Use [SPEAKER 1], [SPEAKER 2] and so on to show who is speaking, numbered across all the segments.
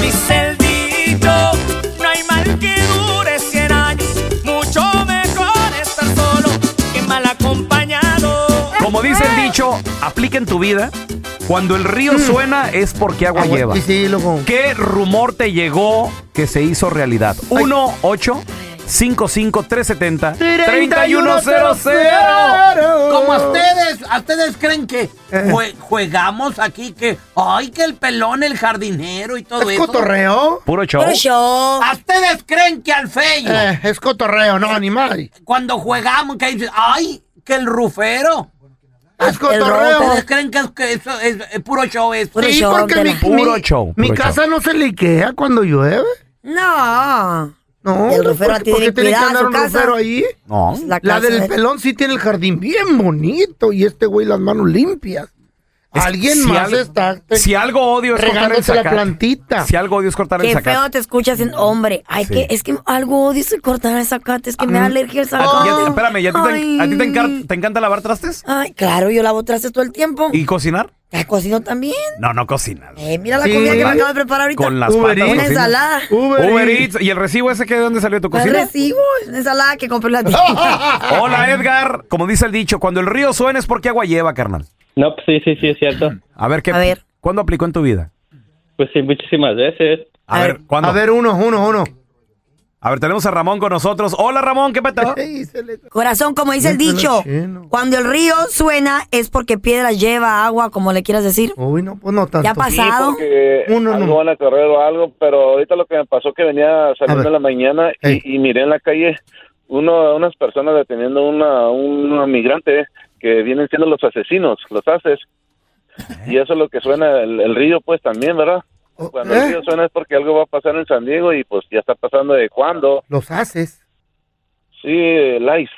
[SPEAKER 1] mi celdito. No hay mal que dure 100 años, mucho mejor estar solo que mal acompañado.
[SPEAKER 2] Como dice el dicho, aplica en tu vida. Cuando el río suena es porque agua
[SPEAKER 3] Agua-
[SPEAKER 2] lleva.
[SPEAKER 3] Sí, Ah, sí, loco.
[SPEAKER 2] ¿Qué rumor te llegó que se hizo realidad? 1 8 55 370 3100
[SPEAKER 4] Como ustedes, ¿a ustedes creen que jue- jugamos aquí que, ay, que el pelón, el jardinero y todo
[SPEAKER 3] ¿Es
[SPEAKER 4] eso.
[SPEAKER 3] cotorreo?
[SPEAKER 2] Puro show.
[SPEAKER 5] Puro show.
[SPEAKER 4] ¿A ustedes creen que al feyo,
[SPEAKER 3] Eh, es cotorreo, no, ni madre.
[SPEAKER 4] cuando jugamos, que dicen, ay, que el rufero?
[SPEAKER 5] Ah,
[SPEAKER 3] Es
[SPEAKER 4] ¿Ustedes
[SPEAKER 3] cotorreo.
[SPEAKER 4] creen que, es- que eso es, es puro show esto?
[SPEAKER 5] Puro
[SPEAKER 3] Sí,
[SPEAKER 5] show,
[SPEAKER 3] porque mi,
[SPEAKER 5] Don Tela.
[SPEAKER 3] mi-
[SPEAKER 2] Puro show,
[SPEAKER 3] mi
[SPEAKER 2] puro
[SPEAKER 3] casa no se liquea cuando llueve.
[SPEAKER 5] No.
[SPEAKER 3] No,
[SPEAKER 5] El rufero
[SPEAKER 3] ¿por qué-
[SPEAKER 5] tiene
[SPEAKER 3] por qué
[SPEAKER 5] que
[SPEAKER 3] tiene que
[SPEAKER 5] cuidar
[SPEAKER 3] andar
[SPEAKER 5] su
[SPEAKER 3] un
[SPEAKER 5] casa.
[SPEAKER 3] rufero ahí?
[SPEAKER 2] No.
[SPEAKER 5] La,
[SPEAKER 3] La
[SPEAKER 5] casa
[SPEAKER 3] del
[SPEAKER 5] es-
[SPEAKER 3] pelón sí tiene el jardín bien bonito y este güey las manos limpias.
[SPEAKER 2] Es-
[SPEAKER 3] Alguien
[SPEAKER 2] si
[SPEAKER 3] más
[SPEAKER 2] al-
[SPEAKER 3] está te-
[SPEAKER 2] Si algo odio es cortar el
[SPEAKER 3] regándose la
[SPEAKER 2] sacate.
[SPEAKER 3] plantita.
[SPEAKER 2] Si algo odio es cortar el
[SPEAKER 5] Qué
[SPEAKER 2] sacate.
[SPEAKER 5] feo te escuchas en hombre. Ay,
[SPEAKER 2] Sí. Ah, mm.
[SPEAKER 5] que es que algo odio el cortar el zacate. Es que me da alergia el
[SPEAKER 2] A ti-
[SPEAKER 5] zacate.
[SPEAKER 2] ya- espérame, ¿y a ti,
[SPEAKER 5] Ay.
[SPEAKER 2] te, a ti te encar- te encanta lavar trastes?
[SPEAKER 5] Ay, claro, yo lavo trastes todo el tiempo.
[SPEAKER 2] ¿Y cocinar?
[SPEAKER 5] ¿Te cocino también?
[SPEAKER 2] No, no cocinas.
[SPEAKER 5] Eh, mira la
[SPEAKER 3] Sí.
[SPEAKER 5] comida que me
[SPEAKER 3] Vale.
[SPEAKER 5] acabo de preparar ahorita.
[SPEAKER 2] Con las
[SPEAKER 3] Uber
[SPEAKER 2] patas. Uh,
[SPEAKER 3] Eats.
[SPEAKER 5] Una
[SPEAKER 2] cocinas.
[SPEAKER 5] ensalada.
[SPEAKER 3] Uber
[SPEAKER 2] Uber
[SPEAKER 3] Eats.
[SPEAKER 2] Eats. ¿Y el recibo ese que de dónde salió de tu
[SPEAKER 5] ¿Cuál
[SPEAKER 2] cocina?
[SPEAKER 5] recibo? Una ensalada que compré en la
[SPEAKER 2] Hola Edgar, como dice el dicho, cuando el río suena es porque agua lleva, carnal.
[SPEAKER 6] No, pues sí, sí, sí, es cierto.
[SPEAKER 2] A ver qué.
[SPEAKER 5] A ver.
[SPEAKER 2] ¿Cuándo aplicó en tu vida?
[SPEAKER 6] Pues sí, muchísimas veces.
[SPEAKER 2] A,
[SPEAKER 5] A
[SPEAKER 2] ver,
[SPEAKER 5] ver.
[SPEAKER 2] ¿cuándo?
[SPEAKER 3] A ver, uno, uno, uno.
[SPEAKER 2] A ver, tenemos a Ramón con nosotros. Hola Ramón, ¿qué peta?
[SPEAKER 3] Ey, se le-
[SPEAKER 5] Corazón, como dice el
[SPEAKER 3] Bien, pero
[SPEAKER 5] dicho,
[SPEAKER 3] chino.
[SPEAKER 5] cuando el río suena es porque piedra lleva agua, como le quieras decir.
[SPEAKER 3] Uy, no, pues no tanto.
[SPEAKER 5] Ya ha pasado.
[SPEAKER 7] porque
[SPEAKER 3] Uno
[SPEAKER 7] algo
[SPEAKER 3] no.
[SPEAKER 7] van a correr o algo, pero ahorita lo que me pasó que venía
[SPEAKER 3] A ver.
[SPEAKER 7] saliendo en la mañana
[SPEAKER 3] Ey.
[SPEAKER 7] y, y miré en la calle uno, unas personas deteniendo una un migrante que vienen siendo los asesinos, los haces. Y eso es lo que suena el, el río, pues también, ¿verdad?
[SPEAKER 3] Oh,
[SPEAKER 7] Cuando
[SPEAKER 3] ¿eh?
[SPEAKER 7] el río suena es porque algo va a pasar en San Diego y pues ya está pasando de cuándo.
[SPEAKER 3] Los haces.
[SPEAKER 7] Sí, Lice.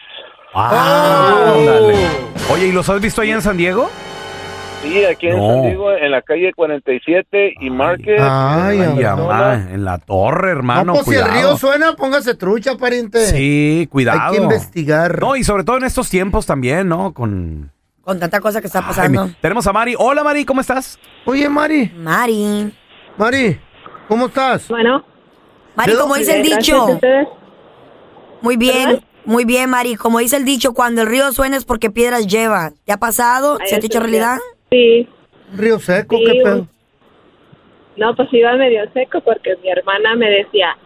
[SPEAKER 2] Ah,
[SPEAKER 3] Oh.
[SPEAKER 2] ándale. Oye, ¿y los has visto ahí en San Diego?
[SPEAKER 7] Sí, aquí en
[SPEAKER 2] No.
[SPEAKER 7] San Diego, en la calle 47 y Market.
[SPEAKER 6] Ah.
[SPEAKER 3] Ay,
[SPEAKER 2] Ay,
[SPEAKER 3] hombre,
[SPEAKER 7] no,
[SPEAKER 2] amá,
[SPEAKER 7] no.
[SPEAKER 2] en la torre, hermano.
[SPEAKER 3] No, pues si el
[SPEAKER 2] cuidado.
[SPEAKER 3] río suena, póngase trucha, pariente.
[SPEAKER 2] Sí, cuidado.
[SPEAKER 3] Hay que investigar.
[SPEAKER 2] No, y sobre todo en estos tiempos también, ¿no? Con.
[SPEAKER 5] Con tanta cosa que está
[SPEAKER 2] Ay,
[SPEAKER 5] pasando.
[SPEAKER 2] mi- Tenemos a Mari. Hola Mari, ¿cómo estás?
[SPEAKER 3] Oye, Mari,
[SPEAKER 5] Mari.
[SPEAKER 3] Mari, ¿cómo estás?
[SPEAKER 8] Bueno,
[SPEAKER 5] Mari,
[SPEAKER 3] ¿De
[SPEAKER 5] como dice el
[SPEAKER 8] gracias
[SPEAKER 5] dicho.
[SPEAKER 8] a ustedes.
[SPEAKER 5] Muy bien, muy bien, Mari. Como dice el dicho, cuando el río suena es porque piedras lleva. ¿Te ha pasado?
[SPEAKER 8] Ay,
[SPEAKER 5] ¿Se ha
[SPEAKER 8] eso
[SPEAKER 5] dicho
[SPEAKER 8] es
[SPEAKER 5] realidad?
[SPEAKER 8] Sí,
[SPEAKER 3] Río seco,
[SPEAKER 8] Sí,
[SPEAKER 3] qué
[SPEAKER 8] un-
[SPEAKER 3] pedo.
[SPEAKER 8] no, pues iba medio seco porque mi hermana me decía,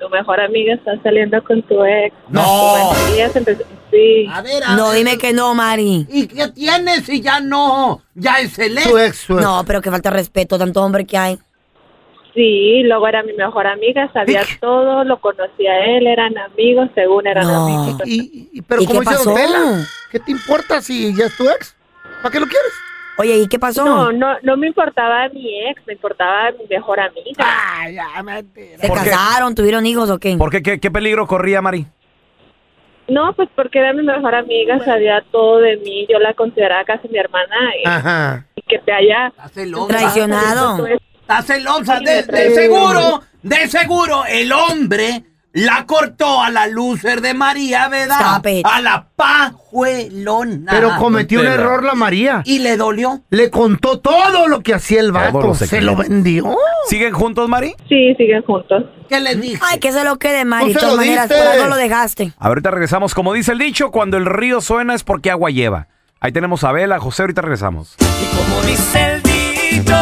[SPEAKER 8] tu mejor amiga está saliendo con tu ex.
[SPEAKER 2] No.
[SPEAKER 8] Y ella se empezó- sí,
[SPEAKER 4] A ver, a
[SPEAKER 5] No,
[SPEAKER 4] ver.
[SPEAKER 5] dime que no, Mari.
[SPEAKER 4] ¿Y qué tienes si ya no? Ya es el ex.
[SPEAKER 3] Su ex, su ex.
[SPEAKER 5] No, pero que falta de respeto, tanto hombre que hay.
[SPEAKER 8] sí, luego era mi mejor amiga, sabía todo, lo conocía a él, eran amigos, según eran
[SPEAKER 5] No.
[SPEAKER 8] amigos.
[SPEAKER 3] Y, y- pero
[SPEAKER 5] ¿Y
[SPEAKER 3] como
[SPEAKER 5] qué
[SPEAKER 3] dice Don
[SPEAKER 5] pasó?
[SPEAKER 3] Tela, ¿qué te importa si ya es tu ex? ¿Para qué lo quieres?
[SPEAKER 5] Oye, ¿y qué pasó?
[SPEAKER 8] No, no, no me importaba mi ex, me importaba mi mejor amiga.
[SPEAKER 5] Ah.
[SPEAKER 3] Ay, ya, mentira.
[SPEAKER 5] ¿Se
[SPEAKER 2] ¿por qué?
[SPEAKER 5] casaron? ¿Tuvieron hijos o qué?
[SPEAKER 2] ¿Por qué? ¿Qué, qué peligro corría Mari?
[SPEAKER 8] No, pues porque era mi mejor amiga, sabía todo de mí, yo la consideraba casi mi hermana y,
[SPEAKER 3] Ah. Ajá.
[SPEAKER 8] y que te haya pues,
[SPEAKER 4] Está celosa.
[SPEAKER 5] Traicionado.
[SPEAKER 4] Está celosa. De, de seguro, de seguro, el hombre la cortó a la lúcer de María, ¿verdad?
[SPEAKER 5] Stop it.
[SPEAKER 4] A la pajuelona.
[SPEAKER 3] Pero cometió un
[SPEAKER 2] Don Tela.
[SPEAKER 3] error la María.
[SPEAKER 4] Y le dolió.
[SPEAKER 3] Le contó todo lo que hacía el
[SPEAKER 2] Todos
[SPEAKER 3] vato.
[SPEAKER 2] los
[SPEAKER 3] Se
[SPEAKER 2] secretos.
[SPEAKER 3] lo vendió.
[SPEAKER 2] ¿Siguen juntos, Mari?
[SPEAKER 8] Sí, siguen juntos.
[SPEAKER 4] ¿Qué
[SPEAKER 3] Mm,
[SPEAKER 4] le dije?
[SPEAKER 5] Ay, que se lo quede, Mari.
[SPEAKER 3] Tú
[SPEAKER 5] De
[SPEAKER 3] se
[SPEAKER 5] todas
[SPEAKER 3] lo
[SPEAKER 5] maneras,
[SPEAKER 3] diste.
[SPEAKER 5] por algo lo dejaste.
[SPEAKER 2] Ahorita regresamos. Como dice el dicho, cuando el río suena es porque agua lleva. Ahí tenemos a Bela, José, ahorita regresamos.
[SPEAKER 1] Y como dice el dicho,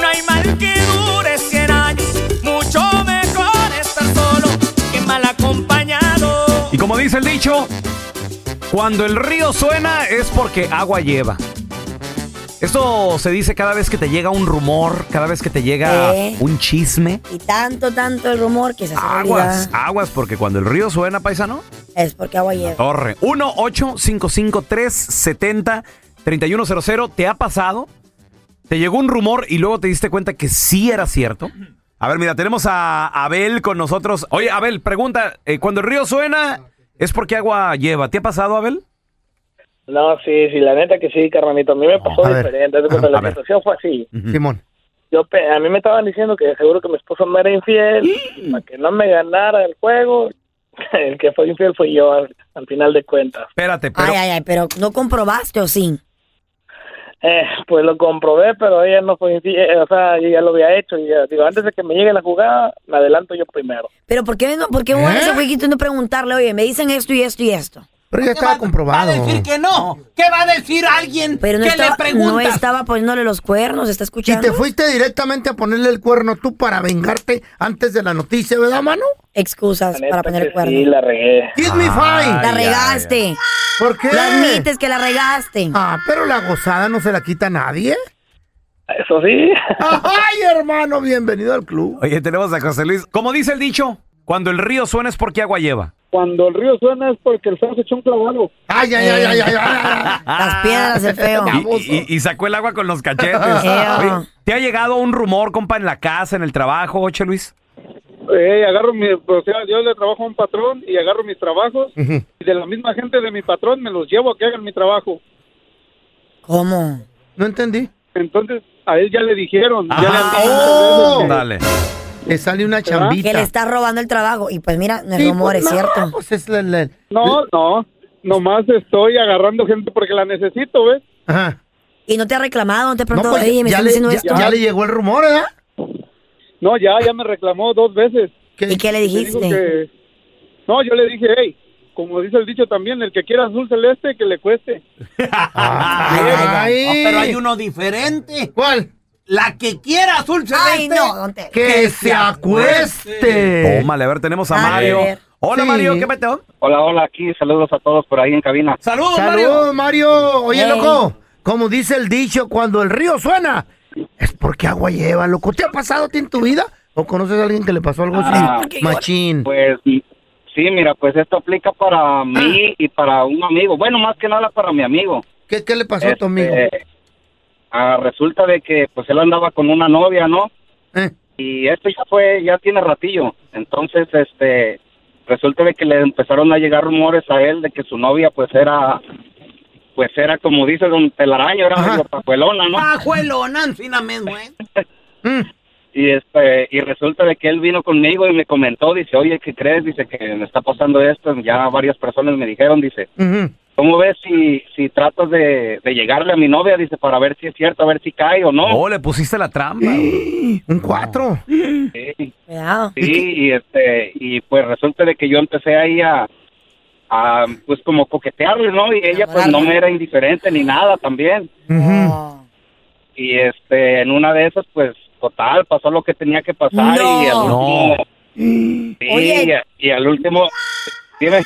[SPEAKER 1] no hay mal que dure 100 años, mucho mejor estar solo que mal acompañado.
[SPEAKER 2] Y como dice el dicho, cuando el río suena es porque agua lleva. Esto se dice cada vez que te llega un rumor, cada vez que te llega
[SPEAKER 5] Eh.
[SPEAKER 2] un chisme.
[SPEAKER 5] Y tanto, tanto el rumor que se hace
[SPEAKER 2] Aguas,
[SPEAKER 5] realidad.
[SPEAKER 2] aguas, porque cuando el río suena, paisano,
[SPEAKER 5] Es porque agua lleva.
[SPEAKER 2] torre. 1 855 370 3100 ¿Te ha pasado? ¿Te llegó un rumor y luego te diste cuenta que sí era cierto? A ver, mira, tenemos a Abel con nosotros. Oye, Abel, pregunta, eh, cuando el río suena, ¿es porque agua lleva? ¿Te ha pasado, Abel?
[SPEAKER 6] No, sí, sí, la neta que sí, carnamito. A mí me pasó
[SPEAKER 3] a ver.
[SPEAKER 6] diferente. Haz de cuenta,
[SPEAKER 2] A
[SPEAKER 6] la
[SPEAKER 2] ver.
[SPEAKER 6] situación fue así.
[SPEAKER 3] Simón.
[SPEAKER 6] Yo, pe- a mí me estaban diciendo que seguro que mi esposo me era infiel. y Para que no me ganara el juego, el que fue infiel fui yo al, al final de cuentas.
[SPEAKER 2] Espérate, pero...
[SPEAKER 5] Ay, ay, ay, pero no comprobaste o sí.
[SPEAKER 6] Eh, pues lo comprobé, pero ella no fue infiel, o sea, yo ya lo había hecho. Y ya, digo, antes de que me llegue la jugada, me adelanto yo primero.
[SPEAKER 5] Pero ¿por qué no? ¿Por qué jugar ese jueguito y no preguntarle, oye, me dicen esto y esto y esto?
[SPEAKER 3] Pero
[SPEAKER 4] Este
[SPEAKER 3] ya estaba comprobado.
[SPEAKER 4] Decir que no. ¿Qué va a decir alguien
[SPEAKER 5] Pero no,
[SPEAKER 4] que
[SPEAKER 5] estaba,
[SPEAKER 4] le pregunta?
[SPEAKER 5] no estaba poniéndole los cuernos, ¿está
[SPEAKER 3] Y
[SPEAKER 5] escuchando?
[SPEAKER 3] te fuiste directamente a ponerle el cuerno tú para vengarte antes de la noticia, ¿verdad, mano?
[SPEAKER 5] Excusas
[SPEAKER 6] La
[SPEAKER 5] para
[SPEAKER 6] neta
[SPEAKER 5] poner
[SPEAKER 6] que
[SPEAKER 5] el cuerno.
[SPEAKER 6] Sí, la regué.
[SPEAKER 3] Give me fine.
[SPEAKER 5] La regaste.
[SPEAKER 3] ¿Por qué?
[SPEAKER 5] Lo admites que la regaste.
[SPEAKER 3] Ah, pero la gozada no se la quita a nadie.
[SPEAKER 6] Eso sí.
[SPEAKER 3] Ay, hermano, bienvenido al club.
[SPEAKER 2] Oye, tenemos a José Luis. Como dice el dicho, cuando el río suena es porque agua lleva.
[SPEAKER 6] Cuando el río suena es porque el sol se echó un clavado.
[SPEAKER 3] Ay, ay, ay, ay, ay, ay.
[SPEAKER 5] Las piedras, el feo.
[SPEAKER 2] Y- Y, y sacó el agua con los cachetes.
[SPEAKER 5] Eo.
[SPEAKER 2] Oye, ¿Te ha llegado un rumor, compa, en la casa, en el trabajo, oche Luis?
[SPEAKER 6] Eh, agarro mi, o sea, yo le trabajo a un patrón y agarro mis trabajos y de la misma gente de mi patrón me los llevo a que hagan mi trabajo.
[SPEAKER 5] ¿Cómo?
[SPEAKER 3] No entendí.
[SPEAKER 6] Entonces a él ya le dijeron, ya le han
[SPEAKER 2] Ajá.
[SPEAKER 6] dicho
[SPEAKER 3] ¡Oh!
[SPEAKER 6] muchas veces
[SPEAKER 2] Dale.
[SPEAKER 3] Le sale una chambita.
[SPEAKER 5] Que le está robando el trabajo. Y pues mira, no es
[SPEAKER 3] Sí,
[SPEAKER 5] rumor,
[SPEAKER 3] pues,
[SPEAKER 5] es
[SPEAKER 3] no,
[SPEAKER 5] cierto.
[SPEAKER 3] Pues es la, la-
[SPEAKER 6] que- no, no, nomás estoy agarrando gente porque la necesito, ¿ves?
[SPEAKER 3] Ajá.
[SPEAKER 5] Y no te ha reclamado, no te ha
[SPEAKER 3] No,
[SPEAKER 5] preguntado,
[SPEAKER 3] pues,
[SPEAKER 5] oye, me
[SPEAKER 3] ya,
[SPEAKER 5] están
[SPEAKER 3] le,
[SPEAKER 5] diciendo
[SPEAKER 3] ya-
[SPEAKER 5] esto.
[SPEAKER 3] ya le llegó el rumor, ¿eh? ¿verdad?
[SPEAKER 6] No, ya, ya me reclamó dos veces.
[SPEAKER 3] Que-
[SPEAKER 5] ¿Y qué le
[SPEAKER 6] Le digo
[SPEAKER 5] dijiste?
[SPEAKER 6] que- No, yo le dije, hey, como dice el dicho también, el que quiera azul celeste, que le cueste.
[SPEAKER 3] Ah, Ay.
[SPEAKER 4] No, pero hay uno diferente.
[SPEAKER 3] ¿Cuál?
[SPEAKER 4] La que quiera azul celeste.
[SPEAKER 5] Ay, no, don Tela.
[SPEAKER 3] Que se acueste.
[SPEAKER 2] Tómale, a ver, tenemos a
[SPEAKER 5] Ah,
[SPEAKER 2] Mario.
[SPEAKER 5] a ver.
[SPEAKER 2] Hola,
[SPEAKER 3] Sí.
[SPEAKER 2] Mario, ¿qué meteo?
[SPEAKER 7] Hola, hola, aquí saludos a todos por ahí en cabina.
[SPEAKER 4] Saludos, Mario.
[SPEAKER 3] Saludos, Mario. Oye,
[SPEAKER 5] Ey.
[SPEAKER 3] loco. Como dice el dicho, cuando el río suena, es porque agua lleva, loco. ¿Te ha pasado a ti en tu vida? ¿O conoces a alguien que le pasó algo así?
[SPEAKER 7] Ah,
[SPEAKER 3] Machín.
[SPEAKER 7] Pues sí, mira, pues esto aplica para
[SPEAKER 6] Ah.
[SPEAKER 7] mí y para un amigo. Bueno, más que nada para mi amigo.
[SPEAKER 4] pues,
[SPEAKER 3] ¿Qué, qué le pasó a tu
[SPEAKER 7] Este,
[SPEAKER 3] amigo?
[SPEAKER 7] ah, resulta de que pues él andaba con una novia, ¿no?
[SPEAKER 3] Eh.
[SPEAKER 7] Y esto ya fue, ya tiene ratillo. Entonces, este, resulta de que le empezaron a llegar rumores a él de que su novia pues era, pues era como dice don Telaraño, era
[SPEAKER 3] Ajá.
[SPEAKER 7] medio pajuelona, ¿no?
[SPEAKER 4] Pajuelona, encina mismo, ¿eh?
[SPEAKER 3] Mm.
[SPEAKER 7] Y este, y resulta de que él vino conmigo y me comentó, dice, oye, ¿qué crees? Dice que me está pasando esto, ya varias personas me dijeron, dice,
[SPEAKER 3] Ujú.
[SPEAKER 7] ¿cómo ves si, si tratas de, de llegarle a mi novia? Dice, para ver si es cierto, a ver si cae o no.
[SPEAKER 2] Oh, le pusiste la trampa.
[SPEAKER 3] Un cuatro.
[SPEAKER 7] Sí,
[SPEAKER 5] Cuidado.
[SPEAKER 7] sí, y este, y pues resulta de que yo empecé ahí a, a pues como coquetearle, ¿no? Y ella pues no me era indiferente ni nada también.
[SPEAKER 3] Ujú.
[SPEAKER 5] No.
[SPEAKER 7] Y este, en una de esas, pues, total, pasó lo que tenía que pasar y al
[SPEAKER 2] No.
[SPEAKER 7] último... Sí,
[SPEAKER 5] Oye.
[SPEAKER 7] y a- y al último, dime,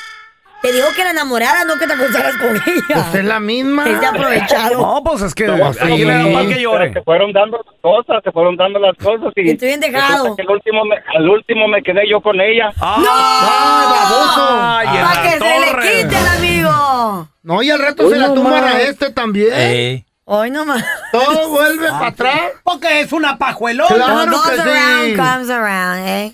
[SPEAKER 5] Te dijo que la enamorara, no que te acostaras con
[SPEAKER 3] Pues es
[SPEAKER 5] ella.
[SPEAKER 3] la misma.
[SPEAKER 5] Es de aprovechado.
[SPEAKER 2] No, pues es que
[SPEAKER 7] No,
[SPEAKER 2] aquí
[SPEAKER 3] sí.
[SPEAKER 2] le da mal que
[SPEAKER 7] pero
[SPEAKER 2] llore.
[SPEAKER 7] te fueron dando las cosas, te fueron dando las cosas y
[SPEAKER 5] Estoy bien dejado.
[SPEAKER 7] resulta que Al último, me, al último me quedé yo con ella.
[SPEAKER 2] ¡Ay, baboso!
[SPEAKER 3] Ah.
[SPEAKER 2] Ay, en
[SPEAKER 5] Para
[SPEAKER 2] la
[SPEAKER 5] que se le
[SPEAKER 2] torre.
[SPEAKER 5] quite el amigo.
[SPEAKER 3] No, y al rato se la tumban a este también.
[SPEAKER 4] Eh.
[SPEAKER 5] Hoy nomás.
[SPEAKER 3] Todo vuelve para atrás.
[SPEAKER 4] Porque es una pajuelona.
[SPEAKER 3] Claro
[SPEAKER 5] What goes
[SPEAKER 3] que sí.
[SPEAKER 5] around comes around, ¿eh?